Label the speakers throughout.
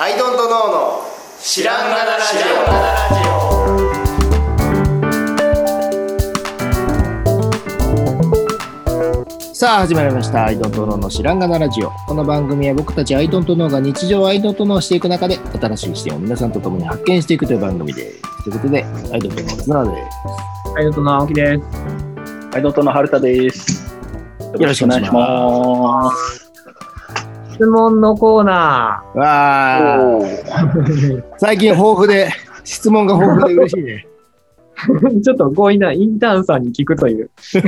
Speaker 1: アイドントノーの知らんがなラジ
Speaker 2: さあ始まりました「アイドントノーの知らんがなラジオ」この番組は僕たちアイドントノーが日常をアイドントノーしていく中で新しい視点を皆さんと共に発見していくという番組ですということでアイドントノーの綱で
Speaker 3: はい、どうも、青木です。
Speaker 4: はい、どうの春田です。
Speaker 2: よろしくお願いしま
Speaker 3: 質問のコーナ
Speaker 2: すわあ
Speaker 4: おー
Speaker 2: 最近豊富で質問が豊富で嬉しいね
Speaker 3: ー。 ちょっと強引なインターンさんに聞くと いう。はい、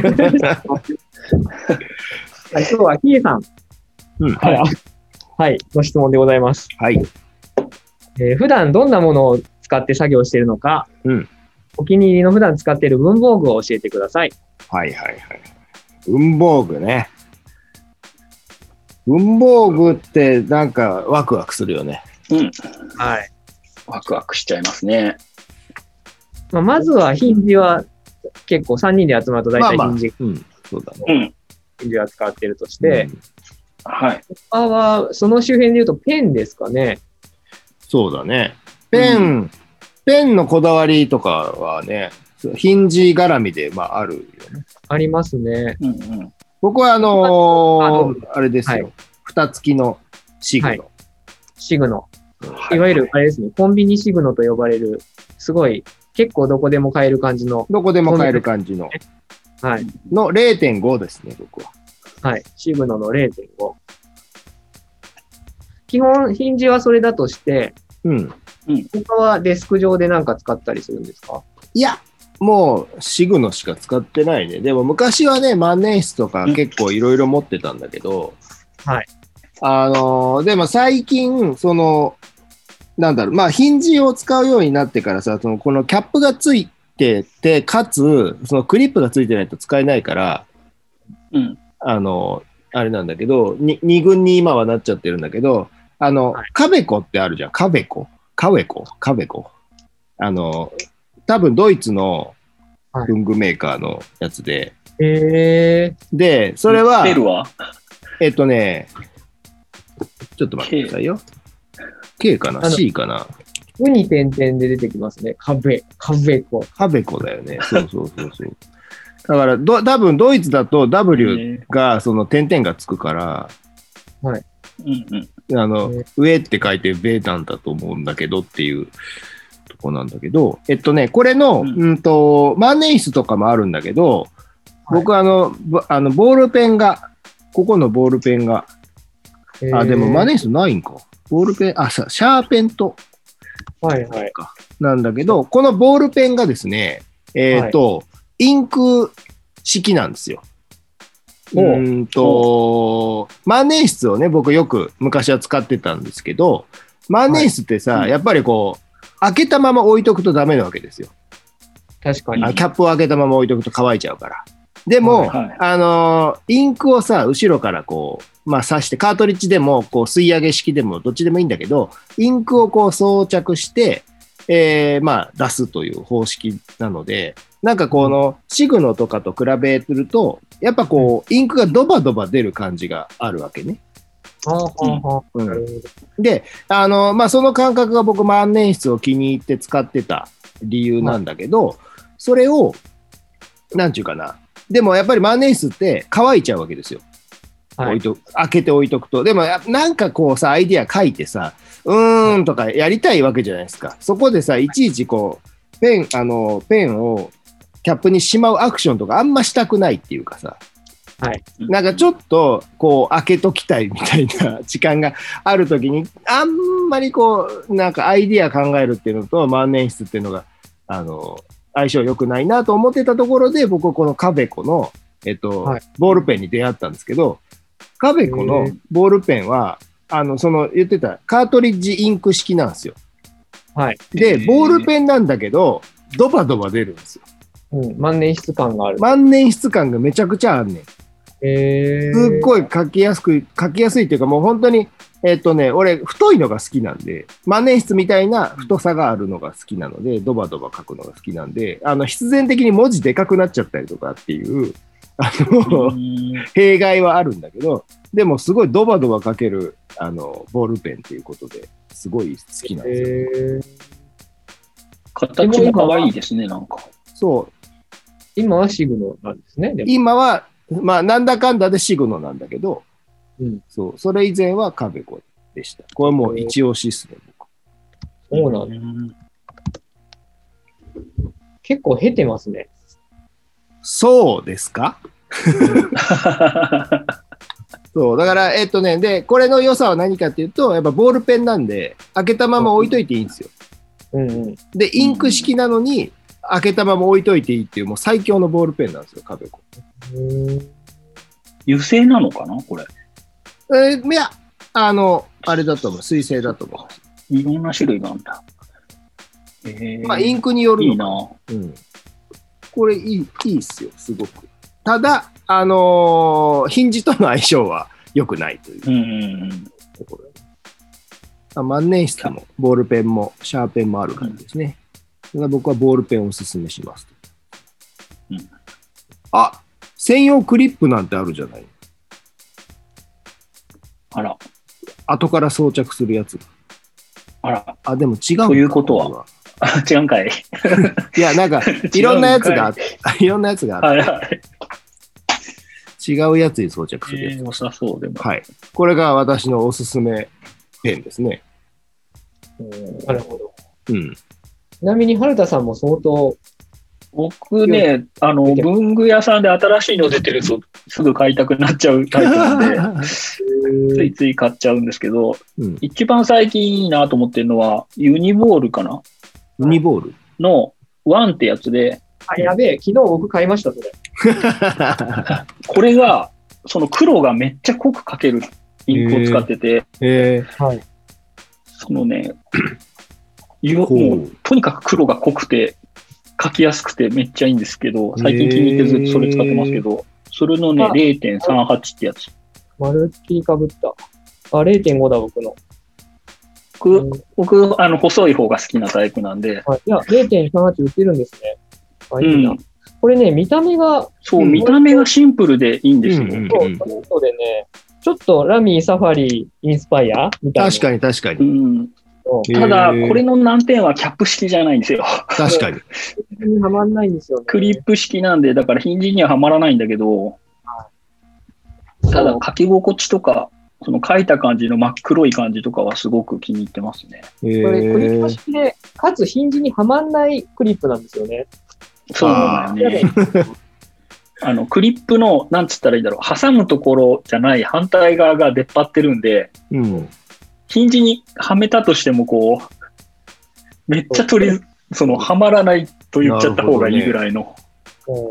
Speaker 3: 今日はキエさん。
Speaker 2: うん
Speaker 3: はい。はい、の質問でございます。
Speaker 2: はい
Speaker 3: えー普段どんなものを使って作業しているのか、
Speaker 2: うん
Speaker 3: お気に入りの普段使っている文房具を教えてください。
Speaker 2: はいはいはい文房具ね文房具ってなんかワクワクするよね
Speaker 4: うん、
Speaker 3: はい。
Speaker 4: ワクワクしちゃいますね。
Speaker 3: まあ、まずはヒンジは結構3人で集まると大体ヒンジ、
Speaker 2: うんそうだね
Speaker 4: うん、
Speaker 3: ヒンジは使ってるとして、
Speaker 2: うん
Speaker 4: はい。
Speaker 3: 他はその周辺で言うとペンですかね。
Speaker 2: そうだね。ペン、ペンのこだわりとかはね、ヒンジ絡みで、まあ、あるよね。
Speaker 3: ありますね。
Speaker 4: うんうん。
Speaker 2: 僕は、あのーあれです
Speaker 3: は
Speaker 2: よ。蓋、付きのシグ
Speaker 3: はい
Speaker 2: ロ。
Speaker 3: シグノ。
Speaker 4: はい
Speaker 3: わゆる、あれですね、コンビニシグノと呼ばれる、すごい、結構どこでも買える感じの、
Speaker 2: どこでも買える感じの。
Speaker 3: はい、
Speaker 2: の0.5ですね、僕は。
Speaker 3: はい、シグノの0.5。基本、ヒンジはそれだとして、
Speaker 2: うん。
Speaker 3: 他はデスク上で何か使ったりするんですか
Speaker 2: いや、もう、シグノしか使ってないね。でも、昔はね、万年筆とか結構いろいろ持ってたんだけど、
Speaker 3: はい。
Speaker 2: あのーでも最近、その、なんだろう、まあ、ヒンジを使うようになってからさ、そのこのキャップがついてて、かつ、そのクリップがついてないと使えないから、
Speaker 4: うん。
Speaker 2: あのーあれなんだけど、に二軍に今はなっちゃってるんだけど、あの、
Speaker 3: はい
Speaker 2: カベコってあるじゃん、カベコ。カベコ、カベコ。あのー、多分ドイツの
Speaker 3: はい
Speaker 2: 文具メーカーのやつで、
Speaker 3: え
Speaker 2: で、それは、
Speaker 4: ペルは
Speaker 2: えっとね、ちょっと待ってくださいよ。K か
Speaker 3: あ
Speaker 2: な
Speaker 3: の
Speaker 2: ?C かな
Speaker 3: ー、ウに点々で出てきますね。壁、壁子。
Speaker 2: カベコだよね。そうそうそうそう。だからど、多分ドイツだと W
Speaker 4: ね
Speaker 2: が、その点々がつくから、
Speaker 4: うんうん。
Speaker 2: あの
Speaker 3: ね、
Speaker 2: 上って書いてベータンだと思うんだけどっていうとこなんだけど、えっとね、これの、う
Speaker 4: うんん、
Speaker 2: と、万年筆とかもあるんだけど、僕あの、ぼあの、ボールペンが、ここのボールペンが、あ、でもマ
Speaker 3: ネ
Speaker 2: ネースないんか。ボールペン、あ、さシャーペンと
Speaker 3: はいはい。
Speaker 2: なんだけど、このボールペンがですね、えっ、と、インク式なんですよ。う
Speaker 3: おう
Speaker 2: ーんと、万年筆をね、僕よく昔は使ってたんですけど、万年筆ってさ、
Speaker 4: はい
Speaker 2: やっぱりこう、開けたまま置いとくとダメなわけですよ。
Speaker 3: 確かに。
Speaker 2: あ
Speaker 4: はい
Speaker 2: キャップを開けたまま置いとくと乾いちゃうから。でも、
Speaker 4: はい
Speaker 2: あのーインクをさ、後ろからこう、まあ刺して、カートリッジでも、こう、吸い上げ式でも、どっちでもいいんだけど、インクをこう装着して、えーまあ出すという方式なので、なんかこの、シグノとかと比べると、やっぱこう、インクがドバドバ出る感じがあるわけね。
Speaker 3: あはあはあ
Speaker 2: うん
Speaker 3: なるほど
Speaker 2: で、あの、まあ、その感覚が僕、万年筆を気に入って使ってた理由なんだけど、それを、なんちゅうかな。でもやっぱり万年筆って乾いちゃうわけですよ。
Speaker 3: は
Speaker 2: 置
Speaker 3: い
Speaker 2: いと開けて置いとくと。でも、やなんかこうさ、アイディア書いてさ、うーんとかやりたいわけじゃないですか。そこでさ、いちいちこう、ペン、あの、ペンをキャップにしまうアクションとかあんましたくないっていうかさ。なんかち
Speaker 4: ょっ
Speaker 2: ょっとこう開けときたいみたいな時間があるときに、あんまりこう、なんかアイディア考えるっていうのと万年筆っていうのが、あの、相性良くないなと思ってたところで、僕はこのカベコの、えっと、
Speaker 3: はい
Speaker 2: ボールペンに出会ったんですけど、カベコ
Speaker 3: へ
Speaker 2: の
Speaker 3: ー
Speaker 2: ボールペンは、あの、その言ってたカートリッジインク式なんですよ。
Speaker 3: はい。
Speaker 2: で、
Speaker 4: へー
Speaker 2: ボールペンなんだけど、ドバドバ出るんですよ。
Speaker 3: うん、万年筆感がある。
Speaker 2: 万年筆感がめちゃくちゃあんねん。
Speaker 3: えー
Speaker 2: すっごい書きやすく、書きやすいっていうか、もう本当に、えっ、とね、俺、太いのが好きなんで、万年筆みたいな太さがあるのが好きなので、ドバドバ書くのが好きなんで、あの、必然的に文字でかくなっちゃったりとかっていう、あ
Speaker 4: う
Speaker 2: の、
Speaker 4: ん
Speaker 2: 弊害はあるんだけど、でもすごいドバドバかける、あの、ボールペンっていうことで、すごい好きなんですよ。
Speaker 3: えー
Speaker 4: 形も可愛いですね、なんか。
Speaker 2: そう。
Speaker 3: 今はシグノなんですね。でも
Speaker 2: 今は、まあ、なんだかんだでシグノなんだけど、
Speaker 3: うん
Speaker 2: そう。それ以前はカベコでした。これもう一押しっすね、僕。
Speaker 3: そうなんだ。
Speaker 4: ん
Speaker 3: 結構経てますね。
Speaker 2: そうですかそう。だから、えっとね、で、これの良さは何かっていうと、やっぱボールペンなんで、開けたまま置いといていいんですよ。
Speaker 3: うんうん。
Speaker 2: で、インク式なのに、開けたまま置いといていいっていう、もう最強のボールペンなんですよ、カベコ。
Speaker 4: 油性なのかなこれ。
Speaker 2: えーいや、あの、あれだと思う。水性だと思う。
Speaker 4: いろんな種類があるんだ。えー
Speaker 2: まあ、インクによる
Speaker 4: い
Speaker 2: の
Speaker 4: い
Speaker 2: か
Speaker 4: な。
Speaker 2: うん。これいい、いいっすよ、すごく。ただ、あのーヒンジとの相性は良くないという
Speaker 4: うんうんうん。
Speaker 2: ところ。あ万年筆も、ボールペンも、シャーペンもある感じですね。ただ僕はボールペンをおすすめします。
Speaker 4: うん
Speaker 2: あ専用クリップなんてあるじゃない。
Speaker 4: あら、
Speaker 2: 後から装着するやつが。
Speaker 4: あら、
Speaker 2: あ、でも違うのか。
Speaker 4: ということは
Speaker 2: れ
Speaker 4: あ違うんかい。
Speaker 2: いや、 なんか、いろんなやつがあっ、 いろんなやつがあっ
Speaker 4: あら、え
Speaker 2: 違うやつに装着するやつ。
Speaker 4: ー、良さそうでも。
Speaker 2: はい。これが私のおすすめペンですね。
Speaker 3: なるほど。
Speaker 2: うん。
Speaker 3: ちなみに、春田さんも相当、
Speaker 4: 僕ね、あの、文具屋さんで新しいの出てると、すぐ買いたくなっちゃうタイ プなんで、ついつい買っちゃうんですけど、
Speaker 2: うん。
Speaker 4: 一番最近いいなと思ってるのは、ユニボールかな
Speaker 2: ユニボール。
Speaker 4: の、ワンってやつで、
Speaker 3: あ、やべえ、昨日僕買いました、それ。
Speaker 4: これが、その黒がめっちゃ濃く描けるインクを使ってて、
Speaker 2: え
Speaker 3: はい。
Speaker 4: そのね、色
Speaker 2: こう
Speaker 4: もうとにかく黒が濃くて、描きやすくてめっちゃいいんですけど、最近気に入ってずっとそれ使ってますけど、それのね、
Speaker 3: あ
Speaker 4: 0.38ってやつ。
Speaker 3: 丸っきりかぶった。あ、0.5だ、僕の。
Speaker 4: 僕、僕あの、細い方が好きなタイプなんで、
Speaker 3: はい、いや、0.38売ってるんですね。あ、
Speaker 4: う
Speaker 3: いいな。
Speaker 4: ん、
Speaker 3: これね、見た目が、
Speaker 4: そうう、
Speaker 2: ん
Speaker 4: 見た目がシンプルでいいんですよ。
Speaker 2: うんうん
Speaker 3: そう、ということでね、ちょっとラミー、サファリ、インスパイアみたいな。
Speaker 2: 確かに確か
Speaker 4: う
Speaker 2: に。
Speaker 4: ん
Speaker 3: そう
Speaker 2: えー
Speaker 4: ただ、これの難点はキャップ式じゃないんですよ。
Speaker 2: 確かに。
Speaker 3: 全然はまんないんですよね。
Speaker 4: クリップ式なんで、だからヒンジにははまらないんだけど、ただ
Speaker 3: そう
Speaker 4: 書き心地とか、その書いた感じの真っ黒い感じとかはすごく気に入ってますね。
Speaker 2: え
Speaker 3: これクリップ
Speaker 2: ー、
Speaker 3: 式で、かつヒンジにはまんないクリップなんですよね。
Speaker 4: そうなんだよね。あの、クリップの、なんつったらいいんだろう、挟むところじゃない反対側が出っ張ってるんで、
Speaker 2: うん。
Speaker 4: ヒンジにはめたとしてもこう、めっちゃ取り、その、はまらないと言っちゃった方がいいぐらいの、
Speaker 3: うん。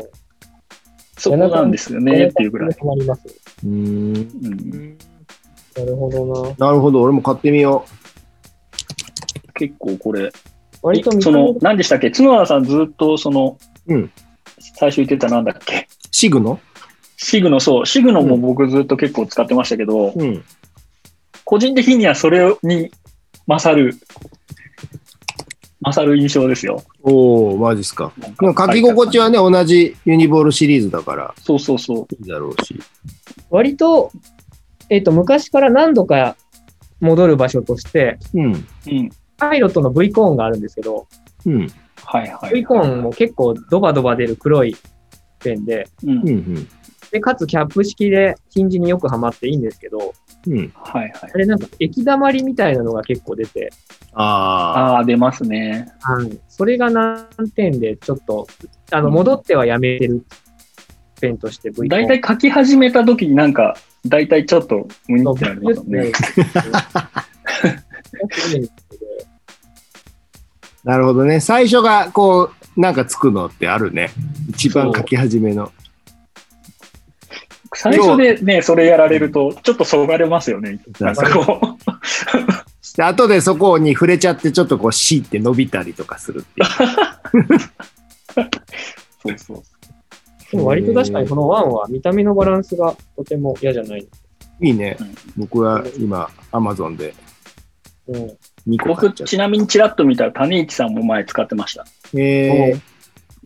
Speaker 4: そこなんですよねっていうぐらい。
Speaker 3: はまります。
Speaker 2: うーん
Speaker 4: うん、
Speaker 3: なるほどな。
Speaker 2: なるほど、俺も買ってみよ
Speaker 4: 結構これ、
Speaker 3: 割と見
Speaker 4: そ
Speaker 3: た目
Speaker 4: の、何でしたっけ角田さんずっとその、
Speaker 2: うん
Speaker 4: 最初言ってたなんだっけ
Speaker 2: う。シグノ
Speaker 4: シグノ、そう、シグノも僕ずっと結構使ってましたけど、
Speaker 2: うん。
Speaker 4: 個人的にはそれに勝る、勝る印象ですよ。
Speaker 2: おー、マジっすか。
Speaker 4: なん
Speaker 2: でも書き心地はね、同じユニボールシリーズだから、
Speaker 4: そうそうそう。
Speaker 2: いいだろうし。
Speaker 3: 割と、えっ、と、昔から何度か戻る場所として、
Speaker 2: うん。
Speaker 4: うん。
Speaker 3: パイロットの V コーンがあるんですけど、
Speaker 2: うん。
Speaker 4: はいはい。
Speaker 3: V コーンも結構ドバドバ出る黒いペンで、
Speaker 4: う。
Speaker 2: うん。うんん。
Speaker 3: で、かつキャップ式でヒンジによくはまっていいんですけど、
Speaker 2: うん。
Speaker 4: はいはい
Speaker 3: あ。れなんか液だまりみたいなのが結構出て、
Speaker 2: あ
Speaker 4: ああ、出ますね。
Speaker 3: はい、それが難点でちょっと、あの、戻ってはやめてるペンとして V コーン。
Speaker 4: 大体書き始めた時になんか、大体ちょっとムニってなりますよね。
Speaker 2: ー。なるほどね。最初が、こう、なんかつくのってあるね。一番書き始めの。
Speaker 4: 最初でね、それやられると、ちょっとそがれますよね。なんかこう。
Speaker 2: で、後でそこに触れちゃって、ちょっとこう、シーって伸びたりとかするっていう。
Speaker 4: そうそう。
Speaker 3: でも割と確かにこのワンは見た目のバランスがとても嫌じゃない。
Speaker 2: いいね
Speaker 4: うん。
Speaker 2: 僕は今、アマゾンで
Speaker 3: うん。
Speaker 2: 2個買
Speaker 4: 僕、
Speaker 2: っちゃっ
Speaker 4: ちなみにちらっと見たら、種市さんも前使ってました。
Speaker 2: た。えー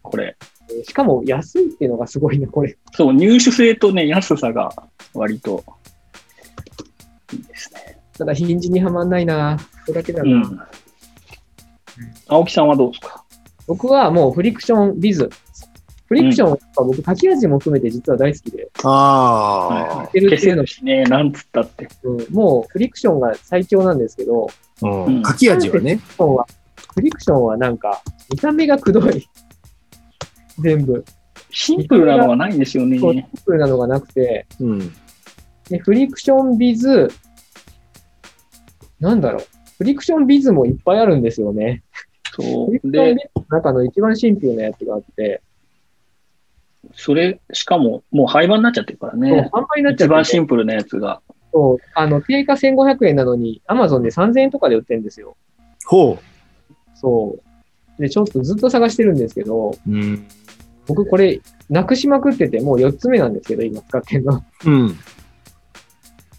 Speaker 4: これ。
Speaker 3: えしかも安いっていうのがすごいね、これ。
Speaker 4: そう、入手性とね、安さが割といいですね。
Speaker 3: ただ、ヒンジにはまんないな。それだけだ
Speaker 4: う
Speaker 3: な。
Speaker 4: ん。青木さんはどうですか
Speaker 3: 僕はもうフリクションビズ。フリクションは僕、書き味も含めて実は大好きで、
Speaker 2: ああ
Speaker 4: は。
Speaker 3: てる
Speaker 4: 消
Speaker 3: っていう
Speaker 4: せ
Speaker 3: の
Speaker 4: るしね、なんつったって。
Speaker 3: うんもうフリクションが最強なんですけど、
Speaker 2: う
Speaker 4: うん
Speaker 2: ん。書き味はね。
Speaker 3: フリクションは、フリクションはなんか、見た目がくどい。全部。
Speaker 4: シンプルなのはないんですよね。
Speaker 3: そうシンプルなのがなくて、
Speaker 2: うん。
Speaker 3: でフリクションビズ、なんだろう。フリクションビズもいっぱいあるんですよね。
Speaker 4: そ
Speaker 3: フリク
Speaker 4: う。
Speaker 3: ション
Speaker 4: で
Speaker 3: ビ、ズの中の一番シンプルなやつがあって、
Speaker 4: それ、しかも、もう廃盤になっちゃってるから
Speaker 3: そう
Speaker 4: ね。
Speaker 3: 販売になっちゃ
Speaker 4: 一
Speaker 3: っ
Speaker 4: 番
Speaker 3: てて
Speaker 4: シンプルなやつが。
Speaker 3: そうあの、定価1500円なのに、アマゾンで3000円とかで売ってるんですよ。
Speaker 2: ほ
Speaker 3: そう。で、ちょっとずっと探してるんですけど、
Speaker 2: う。うん。
Speaker 3: 僕これ、なくしまくってて、もう4つ目なんですけど、今使ってるの。
Speaker 2: うん。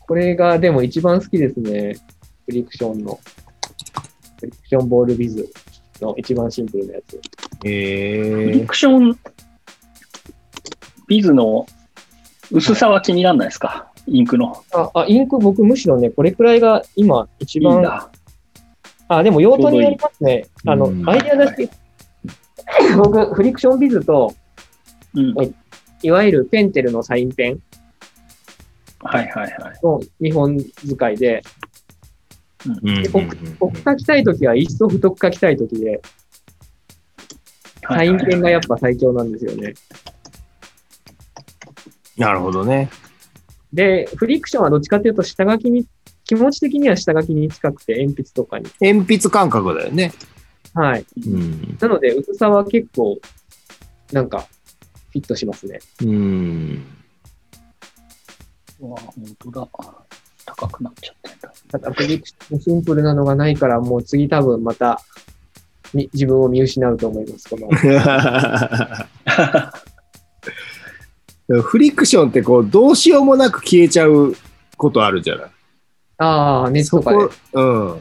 Speaker 3: これがでも一番好きですね。フリクションの。フリクションボールビズの一番シンプルなやつ。
Speaker 4: フ
Speaker 2: え
Speaker 4: リ
Speaker 2: え。
Speaker 4: クション、ビズの薄さは気にならないですか、インクの。
Speaker 3: あ、あインク僕むしろね、これくらいが今一
Speaker 4: いいん
Speaker 3: 番、
Speaker 4: だ。
Speaker 3: あ、でも用途によりますね。
Speaker 2: ちょ
Speaker 3: あ
Speaker 2: うどい
Speaker 3: の
Speaker 2: いうん、
Speaker 3: アイデア出し、僕、フリクションビズと、
Speaker 4: うん。
Speaker 3: は
Speaker 4: はい
Speaker 3: いいわゆるペンテルのサインペン
Speaker 4: はいはい。
Speaker 3: の2本使いで、
Speaker 2: うん
Speaker 3: で僕僕書きたいときは一層太く書きたいときで、サインペンがやっぱ最強なんですよね。
Speaker 2: なるほどね。
Speaker 3: で、フリクションはどっちかというと下書きに、気持ち的には下書きに近くて、鉛筆とかに。
Speaker 2: 鉛筆感覚だよね。
Speaker 3: はい。
Speaker 2: うん。
Speaker 3: なので、薄さは結構、なんか、フィットしますね。
Speaker 2: うん。
Speaker 4: うわ本当だ。高くなっちゃってんだ。
Speaker 3: ただ、フリクションシンプルなのがないから、もう次多分また、み自分を見失うと思います。この
Speaker 2: フリクションってこう、どうしようもなく消えちゃうことあるじゃない。
Speaker 3: ああ、ネット
Speaker 2: そ
Speaker 3: とか
Speaker 2: こ、うん。
Speaker 3: は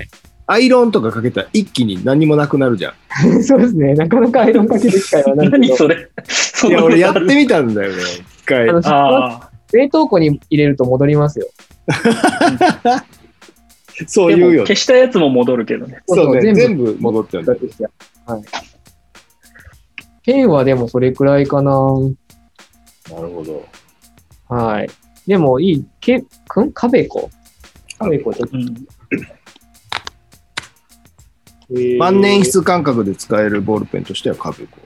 Speaker 3: い。
Speaker 2: アイロンとかかけたら一気に何もなくなるじゃん。
Speaker 3: で。 そうですね。なかなかアイロンかける機会はないけど
Speaker 4: 何それそ
Speaker 2: い
Speaker 4: んな
Speaker 2: や、
Speaker 4: こと
Speaker 2: 俺や
Speaker 4: あ
Speaker 2: っ
Speaker 4: る
Speaker 2: てみたんだよね、一回
Speaker 3: あ。の、
Speaker 4: あ
Speaker 3: 冷凍庫に入れると戻りますよ。
Speaker 4: あ。
Speaker 2: そう
Speaker 4: で
Speaker 2: 言
Speaker 4: も
Speaker 2: うよね。
Speaker 4: 消したやつも戻るけどね。
Speaker 2: そうね、
Speaker 3: 全
Speaker 2: 全部戻っちゃうんだよ。
Speaker 3: はい。ペンはでもそれくらいかな。
Speaker 2: なるほど。
Speaker 3: はい。でもいい、け、くんカベコカベコちょっ
Speaker 4: うん。
Speaker 3: と。
Speaker 2: 万年筆感覚で使えるボールペンとしてはカブコ。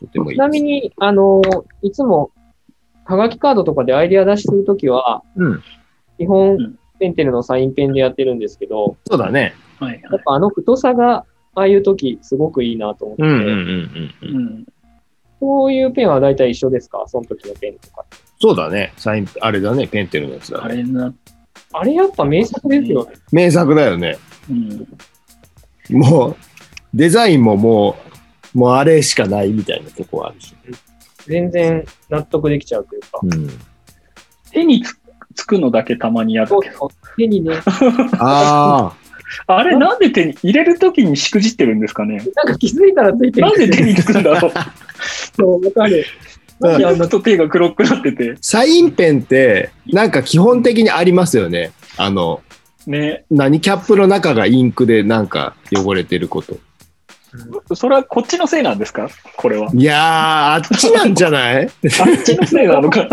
Speaker 2: とてもいい。
Speaker 3: ちなみに、あの、いつも、はがきカードとかでアイデア出しするときは、
Speaker 2: うん。
Speaker 3: 基
Speaker 4: うん
Speaker 3: 本、ペンテルのサインペンでやってるんですけど、
Speaker 2: そうだね。
Speaker 4: はい
Speaker 3: や
Speaker 4: は
Speaker 3: っ
Speaker 4: い。
Speaker 3: ぱあの太さが、ああいうとき、すごくいいなと思って、
Speaker 2: うんうんうんうん。
Speaker 4: うん。
Speaker 3: こういうペンは大体一緒ですかその時のペンとか。
Speaker 2: そうだね。サイン、あれだね。ペンテルのやつだ
Speaker 4: あ
Speaker 2: ね。
Speaker 4: れな、
Speaker 3: あれやっぱ名作ですよね。
Speaker 2: 名作だよね。
Speaker 4: うん。
Speaker 2: もう、デザインももう、もうあれしかないみたいなとこはあるし。
Speaker 3: 全然納得できちゃうというか。
Speaker 2: うん。
Speaker 4: 手につつくのだけたまにやる
Speaker 3: そう
Speaker 4: けど。
Speaker 3: 手にね、
Speaker 2: ああ。
Speaker 4: あれなんで手に入れるときにしくじってるんですかね
Speaker 3: なんか気づいたらついてる
Speaker 4: なんで手につくんだ ろう
Speaker 3: そうわかる。
Speaker 2: うん
Speaker 4: やっと手が黒くなってて。
Speaker 2: サインペンって、なんか基本的にありますよね。あの、
Speaker 4: ね。
Speaker 2: 何キャップの中がインクでなんか汚れてること。
Speaker 4: それはこっちのせいなんですかこ れは。
Speaker 2: いやー、あっちなんじゃない
Speaker 4: あっちのせいなのか。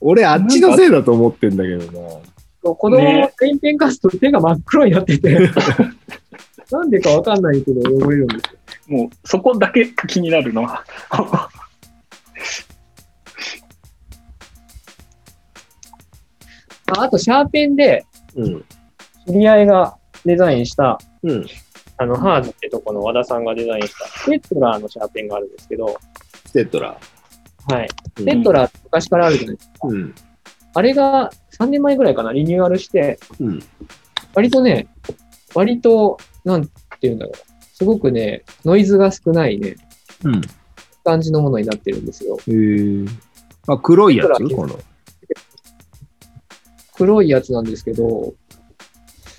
Speaker 2: 俺、あっちのせいだと思ってんだけど
Speaker 3: そう子供のペンペン貸すと手が真っ黒になってて、 なんでかわかんないけど汚れるんですよ。
Speaker 4: もうそこだけ気になるのは。
Speaker 3: ああと、シャーペンで
Speaker 2: な。うん。
Speaker 3: 知り合いがデザインした、
Speaker 2: うん。
Speaker 3: あの、ハーズってとこの和田さんがデザインした、テトラーのシャーペンがあるんですけど、
Speaker 2: テトラ。
Speaker 3: はい。
Speaker 2: うん
Speaker 3: テトラー昔からあるじゃないですか。
Speaker 2: うん。
Speaker 3: あれが3年前ぐらいかな、リニューアルして、
Speaker 2: うん。
Speaker 3: 割とね、割と、なんて言うんだろう。すごくね、ノイズが少ないね、
Speaker 2: うん。
Speaker 3: 感じのものになってるんですよ。
Speaker 2: えー。あ、黒いや
Speaker 3: テト
Speaker 2: つ
Speaker 3: ラ
Speaker 2: この。
Speaker 3: 黒いやつなんですけど、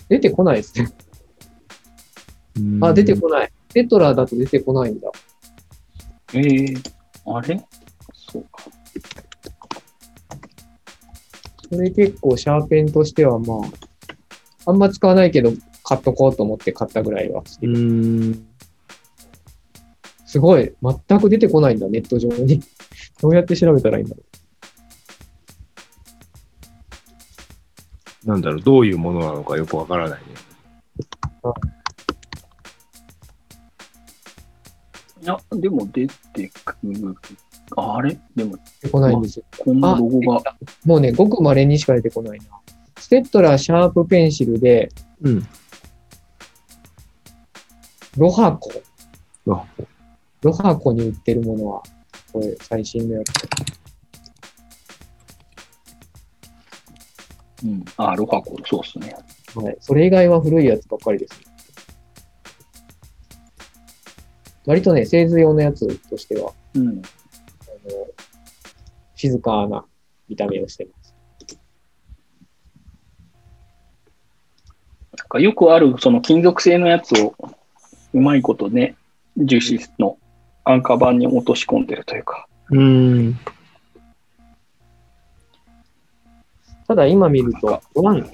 Speaker 3: 出てこないですね。あ、出てこない。テトラだと出てこないんだ。
Speaker 4: ええあれそうか。
Speaker 3: これ結構シャーペンとしてはまあ、あんま使わないけど、買っとこうと思って買ったぐらいはして
Speaker 2: う
Speaker 3: る。
Speaker 2: ーん。
Speaker 3: すごい。全く出てこないんだ、ネット上に。 どうやって調べたらいいんだろ
Speaker 2: なんだろう、どういうものなのかよくわからないね。
Speaker 4: いや、でも出てくる。あれでも、
Speaker 3: う。出てこないんですよ。
Speaker 4: このロゴが。
Speaker 3: もうね、ごく稀にしか出てこないな。ステッドラーシャープペンシルで、
Speaker 2: うん。
Speaker 3: ロハコ。
Speaker 2: ロハ
Speaker 3: ロハコに売ってるものは、これ、最新のやつ。
Speaker 4: うん。あ、ロハコ、そうっすね。
Speaker 3: はい。それ以外は古いやつばっかりです、ね。割とね、製図用のやつとしては、
Speaker 4: うん。
Speaker 3: あの、静かな見た目をしてます。
Speaker 4: なんかよくある、その金属製のやつを、うまいことね、樹脂のアンカー板に落とし込んでるというか。
Speaker 2: うん。
Speaker 3: ただ今見ると、ワン、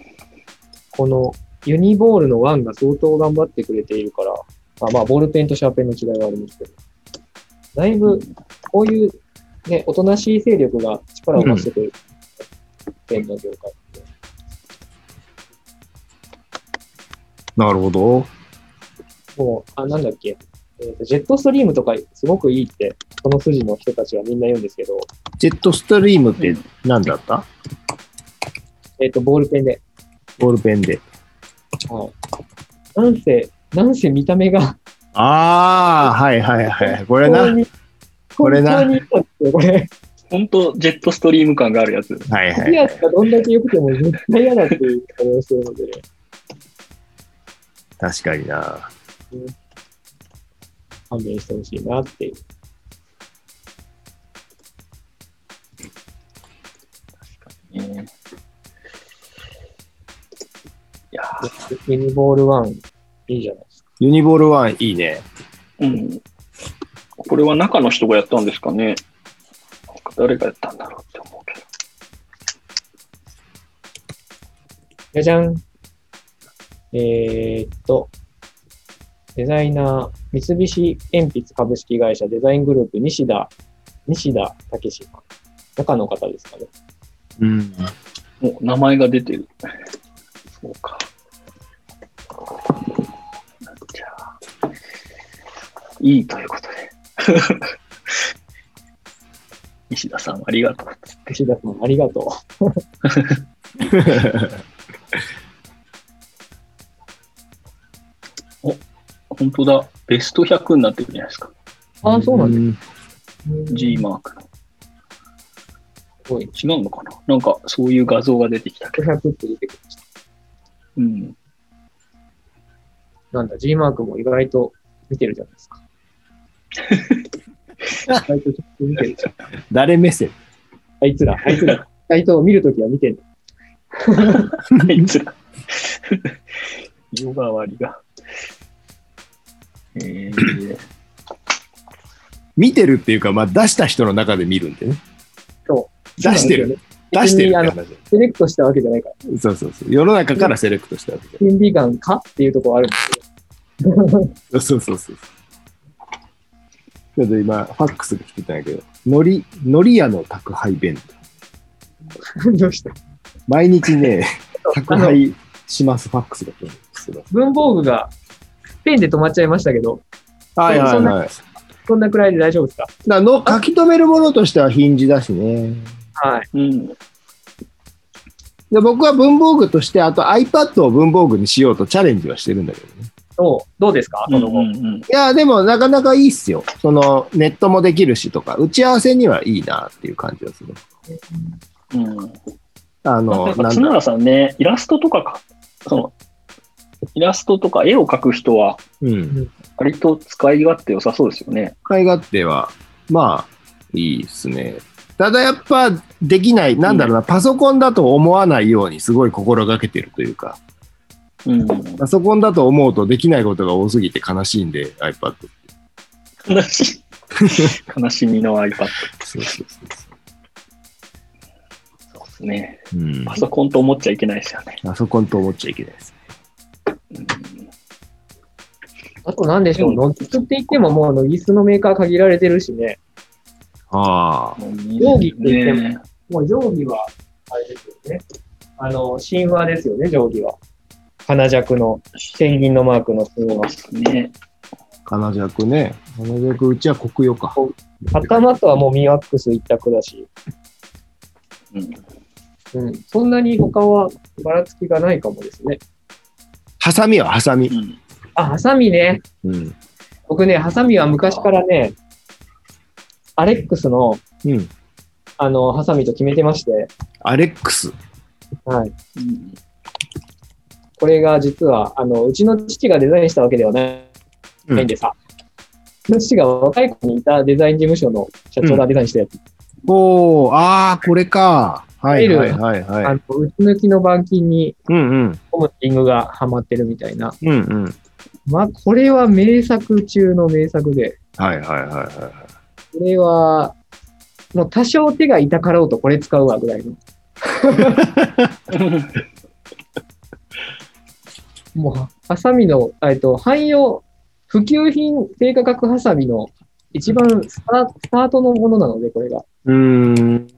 Speaker 3: このユニボールのワンが相当頑張ってくれているから、まあまあ、ボールペンとシャーペンの違いはあるんですけど、だいぶこういうね、おとなしい勢力が力を増してくれる、ペンの業界って。
Speaker 2: なるほど。
Speaker 3: もう、あ、なんだっけ、えーと、ジェットストリームとかすごくいいって、この筋の人たちはみんな言うんですけど、
Speaker 2: ジェットストリームって何だった、
Speaker 3: えっ、と、ボールペンで。
Speaker 2: ボールペンで。
Speaker 3: はい。なんせ、なんせ見た目が、
Speaker 2: ああ、はいはいはい。これな。
Speaker 3: 本
Speaker 2: は
Speaker 3: 当
Speaker 2: い
Speaker 3: に
Speaker 2: これな
Speaker 3: 本当にいいやつこれ。
Speaker 4: 本当ジェットストリーム感があるやつ。
Speaker 2: はい
Speaker 3: ピアスがどんだけ良くても絶対嫌だっていう感じをするので、ね、
Speaker 2: 確かにな。
Speaker 3: 勘弁してほしいなっていう。
Speaker 4: えーいや
Speaker 3: ミニボールワン、いいじゃないですか。
Speaker 2: ユニボールワンいいね。
Speaker 4: ーうん。これは中の人がやったんですかね。なんか誰がやったんだろうって思うけど。
Speaker 3: じゃじゃん。えーっと、デザイナー、三菱鉛筆株式会社デザイングループ、西田、西田武史さん。中の方ですかね。
Speaker 2: うん。
Speaker 4: もう名前が出てる。そうか。じゃあ、いいということで。 西田さん、ありがとう。
Speaker 3: 西田さん、ありがとう。
Speaker 4: 本当だ。ベスト100になってるじゃないですか。
Speaker 3: あーそうなんだ
Speaker 2: ん
Speaker 4: G マーク
Speaker 3: すごい。
Speaker 4: の。違うのかななんか、そういう画像が出てきたけど。
Speaker 3: 500って出てくる。
Speaker 4: うん。
Speaker 3: なんだ、G マークも意外と見てるじゃないですか。 意外とちょっと見てるじゃん。
Speaker 2: 誰目線
Speaker 3: あいつら、あいつ ら、サイトを見るときは見てる。
Speaker 4: あいつら。色変わりが。えー、
Speaker 2: 見てるっていうか、まあ、出した人の中で見るんでね。
Speaker 3: そ
Speaker 2: 出してる。。出してるって話で
Speaker 3: セレクトしたわけじゃないから、
Speaker 2: す。そうそうそう。世の中からセレクトしたわけで。
Speaker 3: 倫理観かっていうところはあるんですけ
Speaker 2: そうそうそうそう。ちょっと今、ファックスが来てたんやけど、のり、のり屋の宅配弁当。
Speaker 3: ど、どうした
Speaker 2: 毎日 ね、宅
Speaker 3: あの、
Speaker 2: 配しますファックスが来てるんですけど。
Speaker 3: 文房具がペンで止まっちゃいましたけど、
Speaker 2: はいはい
Speaker 3: そんな
Speaker 2: はい。
Speaker 3: こんなくらいで大丈夫ですか
Speaker 2: だからの書き留めるものとしてはヒンジだしね。
Speaker 3: はい。
Speaker 4: うん。
Speaker 2: で僕は文房具として、あと iPad を文房具にしようとチャレンジはしてるんだけどね。
Speaker 3: どう、どうですか
Speaker 4: う
Speaker 3: そ
Speaker 4: ん
Speaker 3: の後。
Speaker 4: うん
Speaker 2: いや、でもなかなかいいっすよ。そのネットもできるしとか、打ち合わせにはいいなっていう感じがする。
Speaker 4: うん。うん
Speaker 2: あ
Speaker 4: や
Speaker 2: の、
Speaker 4: っぱ
Speaker 2: なん
Speaker 4: 角
Speaker 2: だ
Speaker 4: 田さんね、イラストとかか、その、イラストとか絵を描く人は、
Speaker 2: うん。
Speaker 4: 割と使い勝手良さそうですよね。
Speaker 2: 使い勝手は、まあ、いいっすね。ただやっぱできない、なんだろうな、パソコンだと思わないようにすごい心がけてるというか、
Speaker 4: うん。
Speaker 2: パソコンだと思うとできないことが多すぎて悲しいんで、iPad って。
Speaker 4: 悲しい。悲しみの iPad で
Speaker 2: そうそうそうそ
Speaker 4: すね。
Speaker 2: う。うん。
Speaker 4: パソコンと思っちゃいけないですよね。
Speaker 2: パソコンと思っちゃいけないです。
Speaker 3: あと何でしょう、
Speaker 4: うん
Speaker 3: ノギスって言ってももうノギスのメーカー限られてるしね、
Speaker 2: ああ。
Speaker 3: 容疑って言っても
Speaker 4: ね
Speaker 3: もう定規は、あれですよね。あの、神話ですよね、定規は。花弱の、ペンギンのマークの神話。
Speaker 4: ね。
Speaker 2: 金弱ね。金弱、うちは国用か。
Speaker 3: 頭とはもうミワックス一択だし、
Speaker 4: うん
Speaker 3: うん、そんなに他はばらつきがないかもですね。
Speaker 2: ハサミはハサミ。
Speaker 4: うん
Speaker 3: あ、ハサミね。
Speaker 2: うん。
Speaker 3: 僕ね、ハサミは昔からね、アレックスの、
Speaker 2: うん。
Speaker 3: あの、ハサミと決めてまして、
Speaker 2: アレックス。
Speaker 3: はい。
Speaker 4: うん
Speaker 3: これが実は、あの、うちの父がデザインしたわけではない
Speaker 2: うん
Speaker 3: んでさ、うちの父が若い子にいたデザイン事務所の社長がデザインしたやつ、
Speaker 2: おー、ああ、これか。はい
Speaker 3: いわ
Speaker 2: はい
Speaker 3: ゆる
Speaker 2: はい
Speaker 3: あ
Speaker 2: はい。
Speaker 3: の、打ち抜きの板金に
Speaker 2: うんうん。
Speaker 3: コムリングがはまってるみたいな。
Speaker 2: うんうん。
Speaker 3: まあ、これは名作中の名作で、
Speaker 2: はいはいはいは
Speaker 3: これは、もう多少手が痛かろうとこれ使うわぐらいの。もう、ハサミの、えっと、汎用、普及品低価格ハサミの一番スタスタートのものなので、これが。
Speaker 2: い。うーん。
Speaker 4: うん
Speaker 3: リ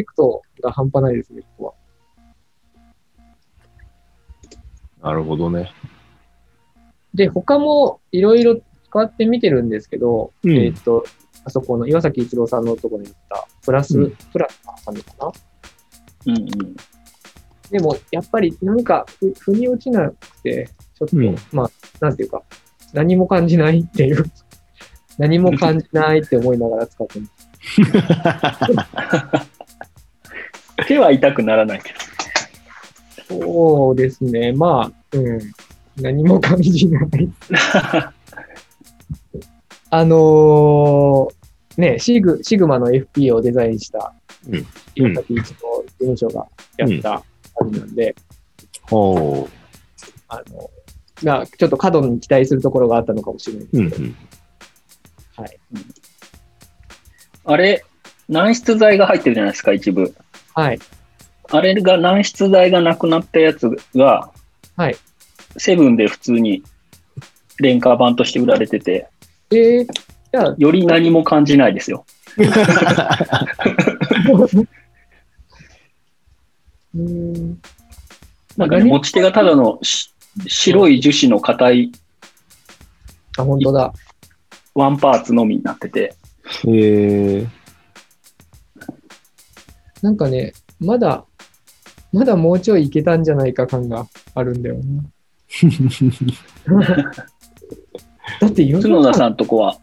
Speaker 3: スペクトが半端ないですね、ここは。
Speaker 2: なるほどね。
Speaker 3: で、他もいろいろ使ってみてるんですけど、
Speaker 2: うん
Speaker 3: えっと、あそこの岩崎一郎さんのところにあった、プラス、
Speaker 2: うん
Speaker 3: プラスのハサミかな
Speaker 4: うん
Speaker 3: でも、やっぱりなんか、ふ腑に落ちなくて、ちょっと、
Speaker 2: うん
Speaker 3: まあ、なんていうか、何も感じないっていう、 何も感じないって思いながら使って ます。
Speaker 4: 手は痛くならないけど。
Speaker 3: そうですね、まあ、うん、何も感じない。 あのーね、シグ、シグマの FP をデザインした、
Speaker 2: うん
Speaker 3: 岩崎一郎事務所がやった感じなんで、
Speaker 2: ほ
Speaker 3: あの、が、ちょっと過度に期待するところがあったのかもしれないです
Speaker 2: う。
Speaker 3: け
Speaker 2: う
Speaker 3: ど
Speaker 2: んうん。
Speaker 4: あれ、軟質材が入ってるじゃないですか、一部。
Speaker 3: はい。
Speaker 4: あれが軟質材がなくなったやつが、
Speaker 3: はい。
Speaker 4: セブンで普通に廉価版として売られてて、
Speaker 3: えー、じゃあ、
Speaker 4: より何も感じないですよ。
Speaker 3: うーん。
Speaker 4: なんかね、
Speaker 3: 何
Speaker 4: 持ち手がただのし白い樹脂の硬い
Speaker 3: あ、本当だ。
Speaker 4: ワンパーツのみになってて、
Speaker 2: へ え。
Speaker 3: なんかね、まだ、まだもうちょいいけたんじゃないか感があるんだよな。だって、よ
Speaker 4: 角田さんとこは、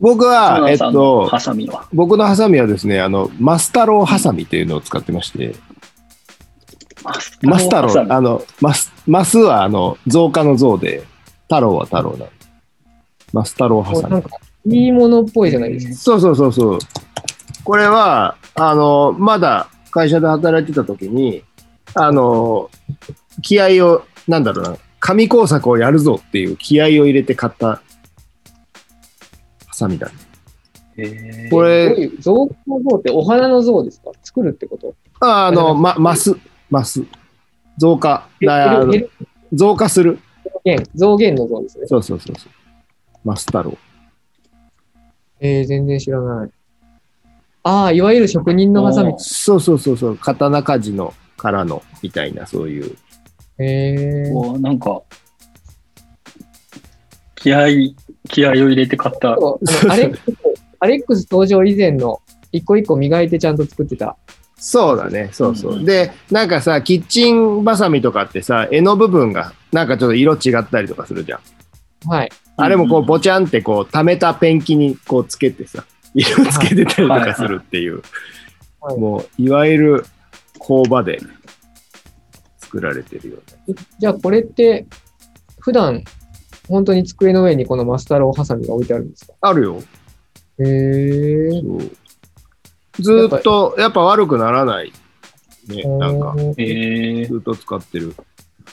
Speaker 2: 僕は
Speaker 4: 角、
Speaker 2: え
Speaker 4: 田
Speaker 2: っ
Speaker 4: さんの
Speaker 2: と
Speaker 4: ハ、サミは。
Speaker 2: 僕のハサミはですね、あの、マスタローハサミというのを使ってまして、マスタロ
Speaker 4: ハサミ
Speaker 2: ー、あの、マス、マスはあの、増加の増で、太郎は太郎なの。マスタローハ
Speaker 3: こ
Speaker 2: サ
Speaker 3: う
Speaker 2: ミ
Speaker 3: な。んか、いいものっぽいじゃないですか。
Speaker 2: そうそうそうそう。これは、あの、まだ会社で働いてた時に、あの、気合を、なんだろうな、紙工作をやるぞっていう気合を入れて買ったハサミだね。
Speaker 4: へー
Speaker 2: こ
Speaker 3: どう
Speaker 2: れ、
Speaker 3: いう像の像ってお花の像ですか作るってこと
Speaker 2: ああの、ま、マス、マス。増加。だあの
Speaker 3: ヘル
Speaker 2: 増加する。
Speaker 3: ヘルヘル増減の像ですね。
Speaker 2: そうそうそうそう。マス太郎。
Speaker 3: えー、全然知らない。ああ、いわゆる職人のハサミ
Speaker 4: お。
Speaker 2: そうそうそうそう。刀鍛冶のからの、みたいな、そういう。
Speaker 3: へえ。
Speaker 4: こうなんか、気合い、気合を入れて買った。
Speaker 3: そうあのアレックス、アレックス登場以前の一個一個磨いてちゃんと作ってた。
Speaker 2: そうだね、そうそう。
Speaker 4: うんうん
Speaker 2: で、なんかさ、キッチンバサミとかってさ、柄の部分がなんかちょっと色違ったりとかするじゃん。
Speaker 3: はい。
Speaker 2: あれもこ
Speaker 4: うんう
Speaker 2: う、
Speaker 4: ん
Speaker 2: ぼちゃんってこう、溜めたペンキにこう、つけてさ、色つけてたりとかするっていう
Speaker 3: はいは、い
Speaker 2: もう、いわゆる工場で作られてるよね。
Speaker 3: じゃあこれって、普段、本当に机の上にこのマスタローハサミが置いてあるんですか
Speaker 2: あるよ。
Speaker 3: へえ。
Speaker 2: そうずーっと、やっぱ悪くならない。ね、なんか、
Speaker 3: えー
Speaker 4: へー
Speaker 2: ずーっと使ってる。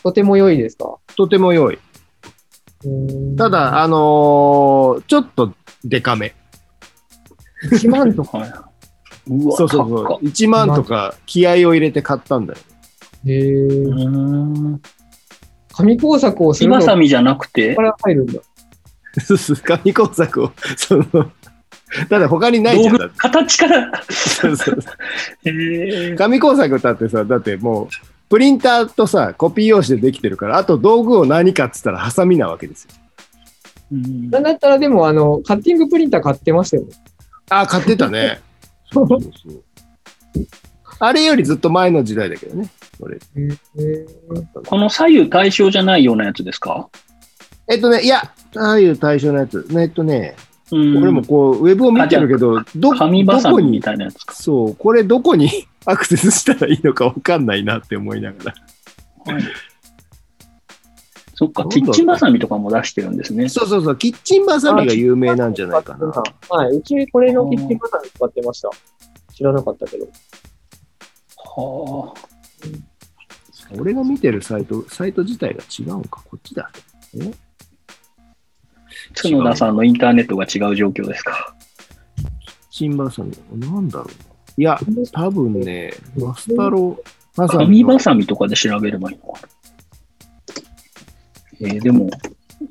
Speaker 3: とても良いですか
Speaker 2: とても良い。た、だ、あのーちょっとデカめ。
Speaker 3: 1万とか。
Speaker 4: はい。うわ、
Speaker 2: そうそう
Speaker 4: 高
Speaker 2: そ
Speaker 4: っ
Speaker 2: う。1万とか気合を入れて買ったんだ よ。
Speaker 3: へー
Speaker 4: うーん。
Speaker 3: 紙工作をする
Speaker 4: 今
Speaker 3: の
Speaker 4: さ
Speaker 3: か
Speaker 4: みじゃなくて、
Speaker 3: ら入るんだ。
Speaker 2: 紙工作を、その、だって他にないじ
Speaker 4: 道
Speaker 2: ゃん。
Speaker 4: 具
Speaker 2: だっ、て
Speaker 4: 形から。
Speaker 2: そうそう
Speaker 4: へー
Speaker 2: 紙工作だってさ、だってもう、プリンターとさ、コピー用紙でできてるから、あと道具を何かっつったらハサミなわけですよ。
Speaker 4: うん
Speaker 3: なんだったらでも、あの、カッティングプリンター買ってましたよね。
Speaker 2: ああ、買ってたね。 そうそうそうあれよりずっと前の時代だけどね。それ
Speaker 3: へ
Speaker 4: この左右対称じゃないようなやつですか
Speaker 2: えっとね、いや、ああいう対象のやつ。ねえっとね、
Speaker 4: うん
Speaker 2: 俺もこう、ウェブを見てるけど、ど
Speaker 4: 紙バ
Speaker 2: ど
Speaker 4: サ
Speaker 2: こ
Speaker 4: ミみ
Speaker 2: に、
Speaker 4: たいなやつか。
Speaker 2: そう、これどこに アクセスしたらいいのかわかんないなって思いながら。
Speaker 4: そっか、
Speaker 2: どん
Speaker 4: キ
Speaker 2: どん
Speaker 4: ッチンバサミとかも出してるんですね。
Speaker 2: そうそうそう、キッチンバサミが有名なんじゃないかな。
Speaker 3: な。はい。うち、これのキッチンバサミ使ってました。知らなかったけど。
Speaker 4: はあ。
Speaker 2: 俺が見てるサイト、サイト自体が違うんか、こっちだ。
Speaker 4: 角田さんのインターネットが違う状況ですか。
Speaker 2: キッチンバサミ、なんだろうな。いや、多分ね、マスタロー、マサ
Speaker 4: 紙
Speaker 2: ミの
Speaker 4: バサミとかで調べればいいのかな。えーでも、いい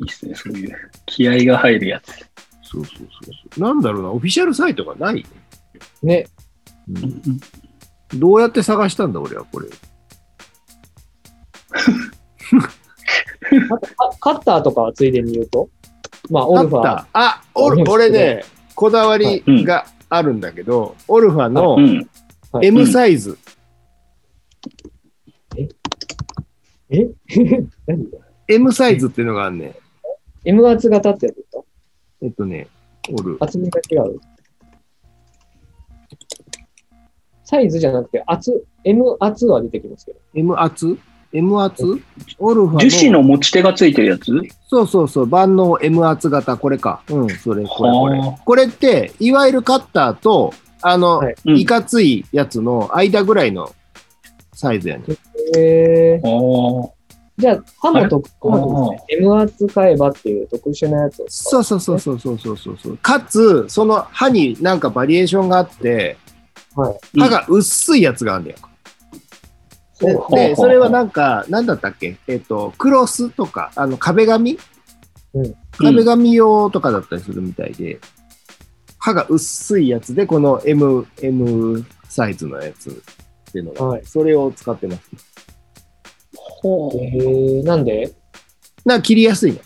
Speaker 4: っすね、そういう。気合が入るやつ。
Speaker 2: そうそうそうそう。なんだろうな、オフィシャルサイトがない、ね
Speaker 3: ね。
Speaker 2: うんどうやって探したんだ、俺はこれ。
Speaker 3: あカッターとかはついでに言うと、まあ、オ
Speaker 2: あ
Speaker 3: ル
Speaker 2: っ
Speaker 3: ファー。
Speaker 2: た。あ、オル
Speaker 3: オルファ
Speaker 2: 俺ね、こだわりがあるんだけど、オルファの
Speaker 4: うん。
Speaker 3: はい
Speaker 2: M サイズ、
Speaker 3: え 何
Speaker 2: M サイズっていうのがあんね。
Speaker 3: ?M 圧型ってやつですか
Speaker 2: えっとね、オル。
Speaker 3: 厚みが違う。サイズじゃなくて、厚、M 厚は出てきますけど。
Speaker 2: M 厚 ?M 厚オルフ
Speaker 4: 樹脂
Speaker 2: ァ
Speaker 4: の持ち手がついてるやつ
Speaker 2: そうそうそう、万能 M 厚型、これか。うん、それ、これ、これ。
Speaker 4: はあ
Speaker 2: これって、いわゆるカッターと、あの、
Speaker 3: はい
Speaker 4: うん
Speaker 2: いかついやつの間ぐらいのサイズやね。
Speaker 3: えー、
Speaker 4: あー。
Speaker 3: じゃあ、歯も特
Speaker 4: あれ
Speaker 3: もですね、M 圧使えばっていう特殊なやつを使
Speaker 2: そうそうそうそうそうそうそうそう。かつ、その歯になんかバリエーションがあって、
Speaker 3: はい
Speaker 2: 歯が薄いやつがあるんだよ。
Speaker 3: う。
Speaker 2: で
Speaker 3: ほう
Speaker 4: ほうほうほ
Speaker 2: で、
Speaker 4: う
Speaker 2: それはなんか、なんだったっけえっ、と、クロスとか、あの、壁紙、
Speaker 3: うん
Speaker 2: 壁紙用とかだったりするみたいで、歯が薄いやつで、この M、M サイズのやつっていうのが、
Speaker 3: はい
Speaker 2: それを使ってます。
Speaker 4: ほ
Speaker 3: えー、なんで
Speaker 2: なんか切りやすいの。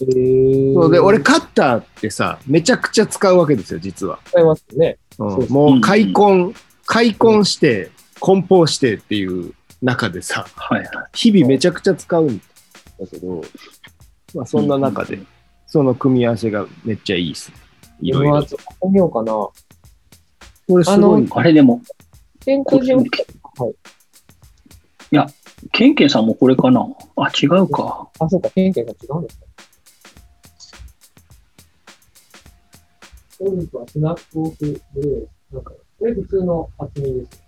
Speaker 3: えー、
Speaker 2: そうで、俺、カッターってさ、めちゃくちゃ使うわけですよ、実は。
Speaker 3: 使いますね。
Speaker 2: うん
Speaker 3: そうそう
Speaker 2: もう、開墾、開墾して、梱包してっていう中でさ、
Speaker 4: はいはい。
Speaker 2: 日々めちゃくちゃ使うんだけど、まあ、そんな中で、その組み合わせがめっちゃいいですね。いろい
Speaker 3: M
Speaker 2: ろ。
Speaker 3: 圧買ってみようかな。
Speaker 2: これ
Speaker 3: すごい
Speaker 4: あれでも、
Speaker 3: 店
Speaker 4: こ
Speaker 3: 頭上はい。
Speaker 4: いや、ケンケンさんもこれかな。あ、違うか。
Speaker 3: あ、そうか、県県が違うんですか。オルフはスナップオフブレー。なんか、これ普通の厚みです。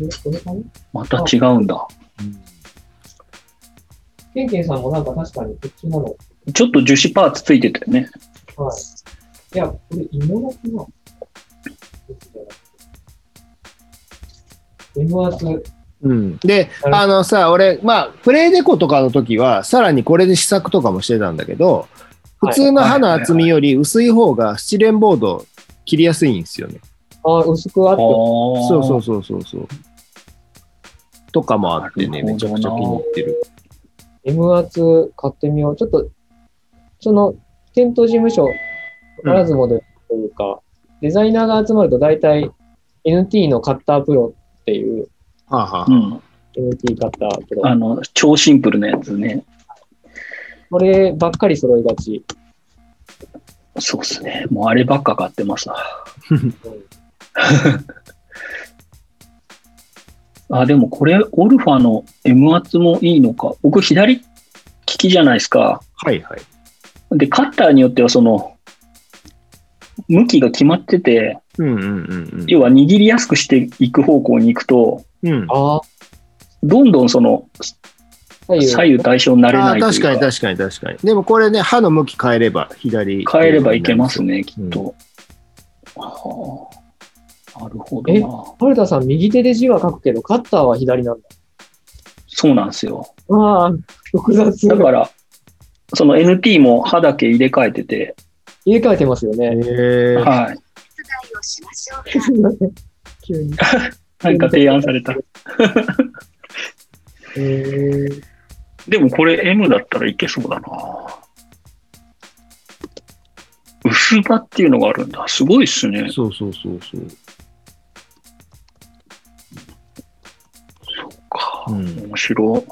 Speaker 3: え、これかな
Speaker 4: また違うんだ。
Speaker 3: ケンケンさんもなんか確かにこっちなの。
Speaker 4: ちょっと樹脂パーツついてたよね。
Speaker 3: はい。いや、これ芋の木な。M 圧、
Speaker 2: うん、で、
Speaker 3: なるほど
Speaker 2: あのさ、俺、まあ、プレイデコとかの時は、さらにこれで試作とかもしてたんだけど、普通の刃の厚みより薄い方がスチレンボード切りやすいんですよね。
Speaker 3: あ、薄くあって、
Speaker 2: そ
Speaker 4: そう
Speaker 2: そうそうそうそう。とかもあってね、
Speaker 4: なる
Speaker 2: め
Speaker 4: ほ
Speaker 2: ち
Speaker 4: ど
Speaker 2: ゃ
Speaker 4: な
Speaker 2: くちゃ気に入ってる。
Speaker 3: M 圧買ってみよう。ちょっと、その、店頭事務所、ならずもでというか、デザイナーが集まると大体 NT のカッタープロっていう、
Speaker 2: はあ、はあ
Speaker 4: うん。
Speaker 3: NT カッタープロ。
Speaker 4: あの、超シンプルなやつね。
Speaker 3: こればっかり揃いがち。
Speaker 4: そうっすね。もうあればっか買ってま した。あ、でもこれ、オルファの M 圧もいいのか。僕、左利きじゃないですか。
Speaker 2: はいはい。
Speaker 4: で、カッターによっては、その、向きが決まってて、
Speaker 2: うんうんうんうん。
Speaker 4: 要は握りやすくしていく方向に行くと、
Speaker 2: うん、
Speaker 3: ああ、
Speaker 4: どんどんその、
Speaker 3: 左右。
Speaker 4: 左右対称になれ
Speaker 2: あ
Speaker 4: な
Speaker 2: あ
Speaker 4: いと
Speaker 2: 確
Speaker 4: いう
Speaker 2: か
Speaker 4: か
Speaker 2: に確かに確かに。でもこれね、歯の向き変えれば左。
Speaker 4: 変えればいけますね、き
Speaker 2: うん
Speaker 4: っと。はあ、なるほ
Speaker 3: え
Speaker 4: どな。
Speaker 3: 春田さん、右手で字は書くけど、カッターは左なんだ。
Speaker 4: そうなんですよ。
Speaker 3: ああ、複雑。
Speaker 4: だから、その NT も歯だけ入れ替えてて、
Speaker 3: 入れ替えてますよ
Speaker 2: え
Speaker 3: ね。
Speaker 2: え
Speaker 4: はい。
Speaker 5: をしましょうか。
Speaker 3: すいません 急に。
Speaker 4: 何か提案された。
Speaker 3: えー、
Speaker 4: でもこれ M だったらいけそうだな。薄刃っていうのがあるんだ。すごいっすね。
Speaker 2: そうそうそうそう。
Speaker 4: そっか。
Speaker 2: うん。
Speaker 4: 面白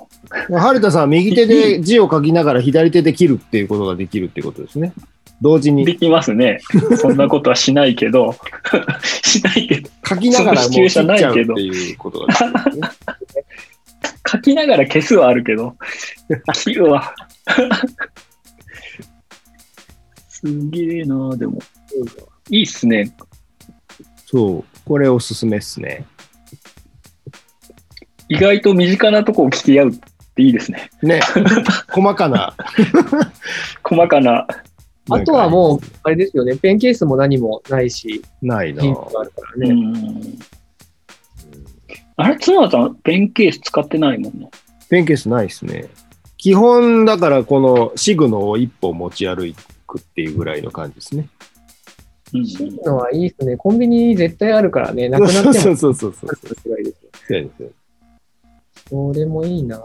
Speaker 4: い。
Speaker 2: 春田さんは右手で字を書きながら左手で切るっていうことができるっていうことですね。同時に
Speaker 4: できますね。そんなことはしないけど、 しないけど、
Speaker 2: 書きながらもう切っ
Speaker 4: その支
Speaker 2: ち
Speaker 4: 給者
Speaker 2: ゃ
Speaker 4: な
Speaker 2: う
Speaker 4: い
Speaker 2: っ
Speaker 4: けど
Speaker 2: ていうことができるんですね。
Speaker 4: 書きながら消すはあるけど、切るは。 すげえなーでも。いいっすね。
Speaker 2: そう。これおすすめっすね。
Speaker 4: 意外と身近なとこを聞き合うっていいですね。
Speaker 2: ね。細かな。
Speaker 4: 細かな。
Speaker 3: あとはもう、あれですよね、ペンケースも何もないし、
Speaker 2: う、ないな
Speaker 3: ヒ。ントがあるから
Speaker 4: う
Speaker 3: ね。
Speaker 4: ん。あれ、妻さん、ペンケース使ってないもんね。
Speaker 2: ペンケースないっすね。基本、だからこのシグノを一本持ち歩くっていうぐらいの感じですね。
Speaker 4: うん
Speaker 3: シーのはいいですね。コンビニ絶対あるか らね、なくなって
Speaker 2: そ
Speaker 3: も
Speaker 2: うそうそうそうそう
Speaker 3: あ。るってすごいですよ。
Speaker 2: そうやねそうやね
Speaker 3: それもいいな。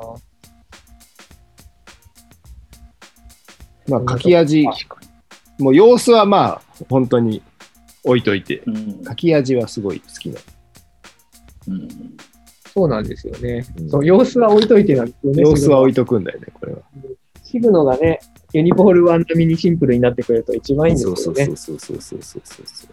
Speaker 2: まあ、書き味、もう様子はまあ、本当に置いといて、
Speaker 4: うん
Speaker 2: 書き味はすごい好きな。
Speaker 4: うん
Speaker 3: そうなんですよね。
Speaker 2: うん
Speaker 3: そう様子は置いといてなんですよね。
Speaker 2: 様子は置い
Speaker 3: い
Speaker 2: とくんだよね、これは。
Speaker 3: シグノがね、ユニボールワン並みにシンプルになってくれると一番いいんです
Speaker 2: そ
Speaker 3: よ
Speaker 2: う
Speaker 3: ね。
Speaker 2: そうそうそうそうそうそうそう。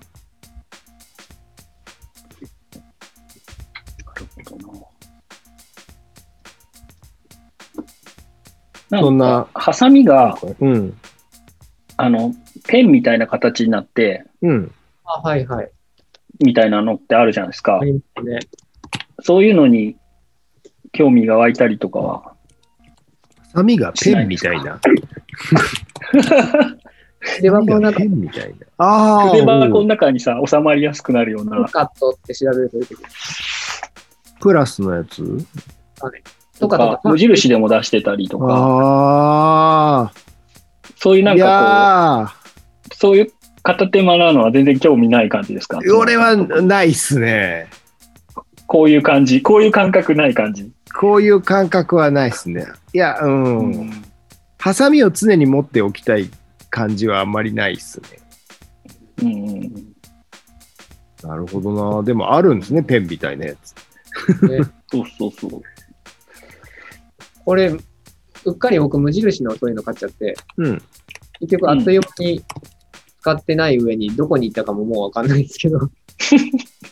Speaker 4: なる
Speaker 2: そ
Speaker 4: ほどな。
Speaker 2: んな、
Speaker 4: ハサミが、
Speaker 2: うん、
Speaker 4: あの、ペンみたいな形になって、
Speaker 2: うん、
Speaker 3: あはいはい。
Speaker 4: みたいなのってあるじゃないですか
Speaker 3: あ。りますね。
Speaker 4: そういうのに興味が湧いたりとかは。
Speaker 2: ハサミがペンみたいな。
Speaker 3: で
Speaker 2: ハ
Speaker 3: は、
Speaker 2: サミ
Speaker 3: こ
Speaker 2: が
Speaker 3: の中
Speaker 2: ペンみたいな。ああ、
Speaker 4: 筆箱の
Speaker 2: うん
Speaker 4: 中にさ、収まりやすくなるような
Speaker 3: ト。カットって調べると出てくる。
Speaker 2: プラスのやつ
Speaker 3: トカとか
Speaker 4: 無、印でも出してたりとか、
Speaker 2: あ
Speaker 4: そういう
Speaker 2: あ、
Speaker 4: なん
Speaker 2: い
Speaker 4: か
Speaker 2: や
Speaker 4: こう、そういう片手間なのは全然興味ない感じですか
Speaker 2: ー、俺はないっすね。
Speaker 4: こういう感じ、こういう感覚ない感じ。
Speaker 2: こういう感覚はないっすね。いや、うん。ハサミを常に持っておきたい感じはあんまりないっすね。
Speaker 4: うんうん
Speaker 2: なるほどな。でもあるんですね、ペンみたいなやつ。
Speaker 3: ね、
Speaker 4: そうそうそう。
Speaker 3: これ、うっかり僕無印のそういうの買っちゃって、
Speaker 2: うん。
Speaker 3: 結局あっという間に使ってない上にどこに行ったかももうわかんないんです けど、ど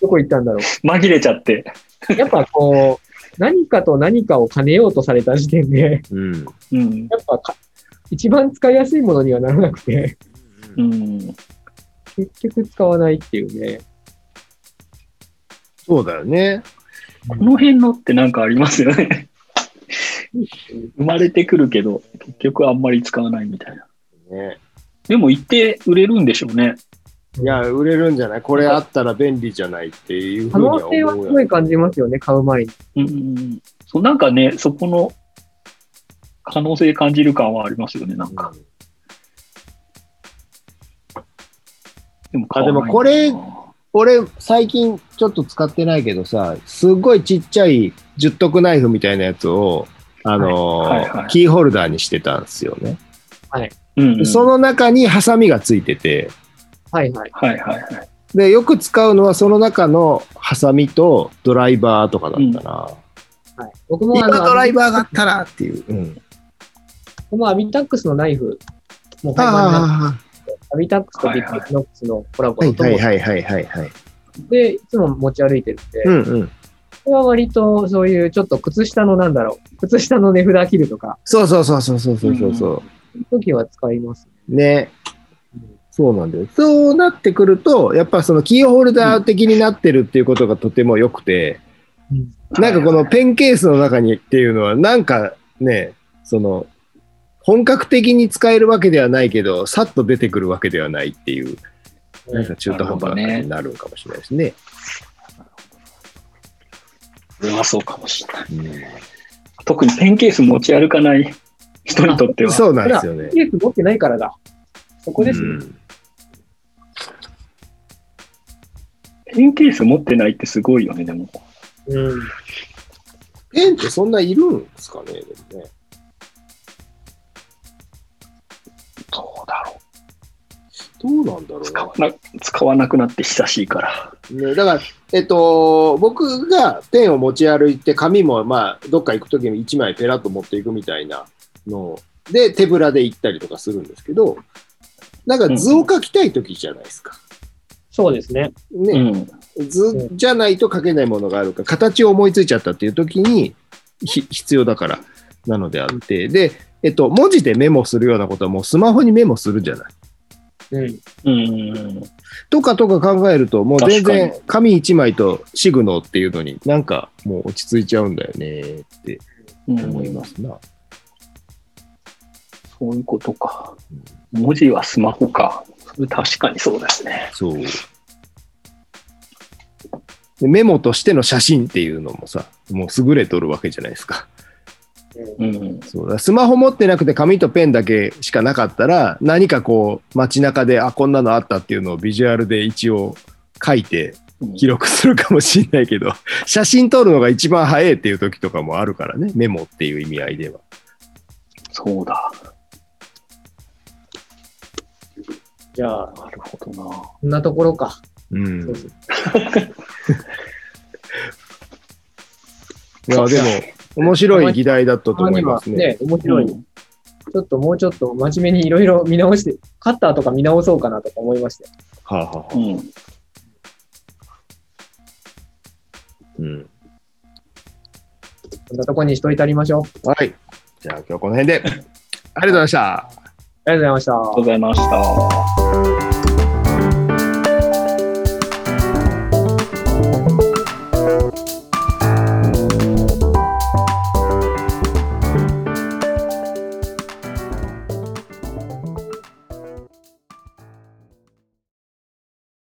Speaker 3: こ行ったんだろ
Speaker 4: 紛れちゃって。
Speaker 3: う。やっぱこう、何かと何かを兼ねようとされた時点で、
Speaker 2: うん。
Speaker 4: うん。
Speaker 3: やっぱか一番使いやすいものにはならなくて、
Speaker 4: うん。
Speaker 3: 結局使わないっていうね。
Speaker 2: そうだよね。
Speaker 4: この辺のってなんかありますよね。 生まれてくるけど、結局あんまり使わないみたいな。
Speaker 2: ね
Speaker 4: でも一定売れるんでしょうね。
Speaker 2: いや、売れるんじゃないこれあったら便利じゃないっていうふ
Speaker 3: 可
Speaker 2: うには
Speaker 3: 能性はす
Speaker 2: 思う
Speaker 3: ご
Speaker 2: よ。
Speaker 3: い感じますよね、買う前に。
Speaker 4: うんうんうん。そうなんかね、そこの可能性感じる感はありますよね、なんか。でも買わな
Speaker 2: あ
Speaker 4: い
Speaker 2: でもこれ
Speaker 4: な
Speaker 2: 俺、最近ちょっと使ってないけどさ、すごいちっちゃい十徳ナイフみたいなやつを、あのー
Speaker 4: はいはいはい
Speaker 2: キーホルダーにしてたんですよね。
Speaker 4: うん、うん。
Speaker 2: でその中にハサミがついてて、
Speaker 3: はいはい。
Speaker 4: はいはいはい。
Speaker 2: で、よく使うのはその中のハサミとドライバーとかだったな。
Speaker 3: はい、僕もあ
Speaker 2: 今
Speaker 3: の、
Speaker 2: ドライ
Speaker 3: 僕
Speaker 2: バーがあったらっていう。うん、
Speaker 3: もアビタックスのナイフ、もう廃盤になっ
Speaker 2: あ
Speaker 3: アビタックスとビッグエキノックスのコラ
Speaker 2: あ、
Speaker 3: ボ
Speaker 2: は
Speaker 3: の
Speaker 2: い
Speaker 3: と
Speaker 2: は
Speaker 3: も
Speaker 2: いはいはいはいはい。
Speaker 3: で、いつも持ち歩いてるんで、
Speaker 2: うんうん。
Speaker 3: これは割とそういうちょっと靴下のなんだろう、靴下の値札切るとか、
Speaker 2: そうそうそうそうそうそうそうそう。
Speaker 3: 時は使います。
Speaker 2: ね。そうなんだよ。そうなってくると、やっぱそのキーホルダー的になってるっていうことがとても良くて、なんかこのペンケースの中にっていうのは、なんかね、その、本格的に使えるわけではないけど、さっと出てくるわけではないっていう、なんか中途半端な感じになるかもしれないですね。
Speaker 4: それはそうかもしれない。特にペンケース持ち歩かない人にとって
Speaker 2: うん
Speaker 4: は。
Speaker 2: そうなんですよね。
Speaker 3: ケース持ってないからだ。そこですね。
Speaker 2: うん
Speaker 4: ペンケース持ってないってすごいよね、でも。
Speaker 3: うん。
Speaker 2: ペンってそんないるんですかね、でもね。
Speaker 4: どうだろ
Speaker 2: どうなんだろ
Speaker 4: う。
Speaker 2: う
Speaker 4: 使わ
Speaker 2: な。
Speaker 4: な使わなくなって久しいから。
Speaker 2: ね、だから、えっと、僕がペンを持ち歩いて、紙も、まあ、どっか行くときに1枚ペラッと持っていくみたいなのをで、手ぶらで行ったりとかするんですけど、なんか図を描きたいときじゃないですか。
Speaker 3: そうですね。
Speaker 4: う
Speaker 2: ね、
Speaker 4: ん。
Speaker 2: 図じゃないと描けないものがあるから、形を思いついちゃったっていうときにひ必要だからなのであって、で、えっと、文字でメモするようなことはもうスマホにメモするじゃない。
Speaker 3: うん。
Speaker 4: うん。
Speaker 2: とかとか考えると、もう全然
Speaker 4: 確
Speaker 2: 紙1枚とシグノっていうのになんかもう落ち着いちゃうんだよねって
Speaker 4: うん
Speaker 2: 思いますな。
Speaker 4: そういうことか。文字はスマホか。それ確かにそうですね。
Speaker 2: そう。でメモとしての写真っていうのもさ、もう優れとるわけじゃないですか。
Speaker 4: うん。
Speaker 2: そうだスマホ持ってなくて紙とペンだけしかなかったら、何かこう街中で、あ、こんなのあったっていうのをビジュアルで一応書いて記録するかもしんないけど、写真撮るのが一番早いっていう時とかもあるからね、メモっていう意味合いでは。
Speaker 4: そうだ。
Speaker 3: じゃあ、
Speaker 4: なるほどな。
Speaker 3: こんなところか。
Speaker 2: うん。
Speaker 3: そうそう
Speaker 2: いや、でも、面白い議題だったと思います
Speaker 3: たまには
Speaker 2: ね。
Speaker 3: ね、面白い。
Speaker 4: う
Speaker 3: ちょっともうちょっと真面目にいろいろ見直して、カッターとか見直そうかなとか思いましたよ。
Speaker 2: はあ、はあ
Speaker 4: うん。
Speaker 2: うん。
Speaker 3: こんなとこにしといてありましょう。
Speaker 2: はい。じゃあ今日はこの辺で、ありがとうございました。
Speaker 3: ありがとうございました。
Speaker 4: ありがとうございました。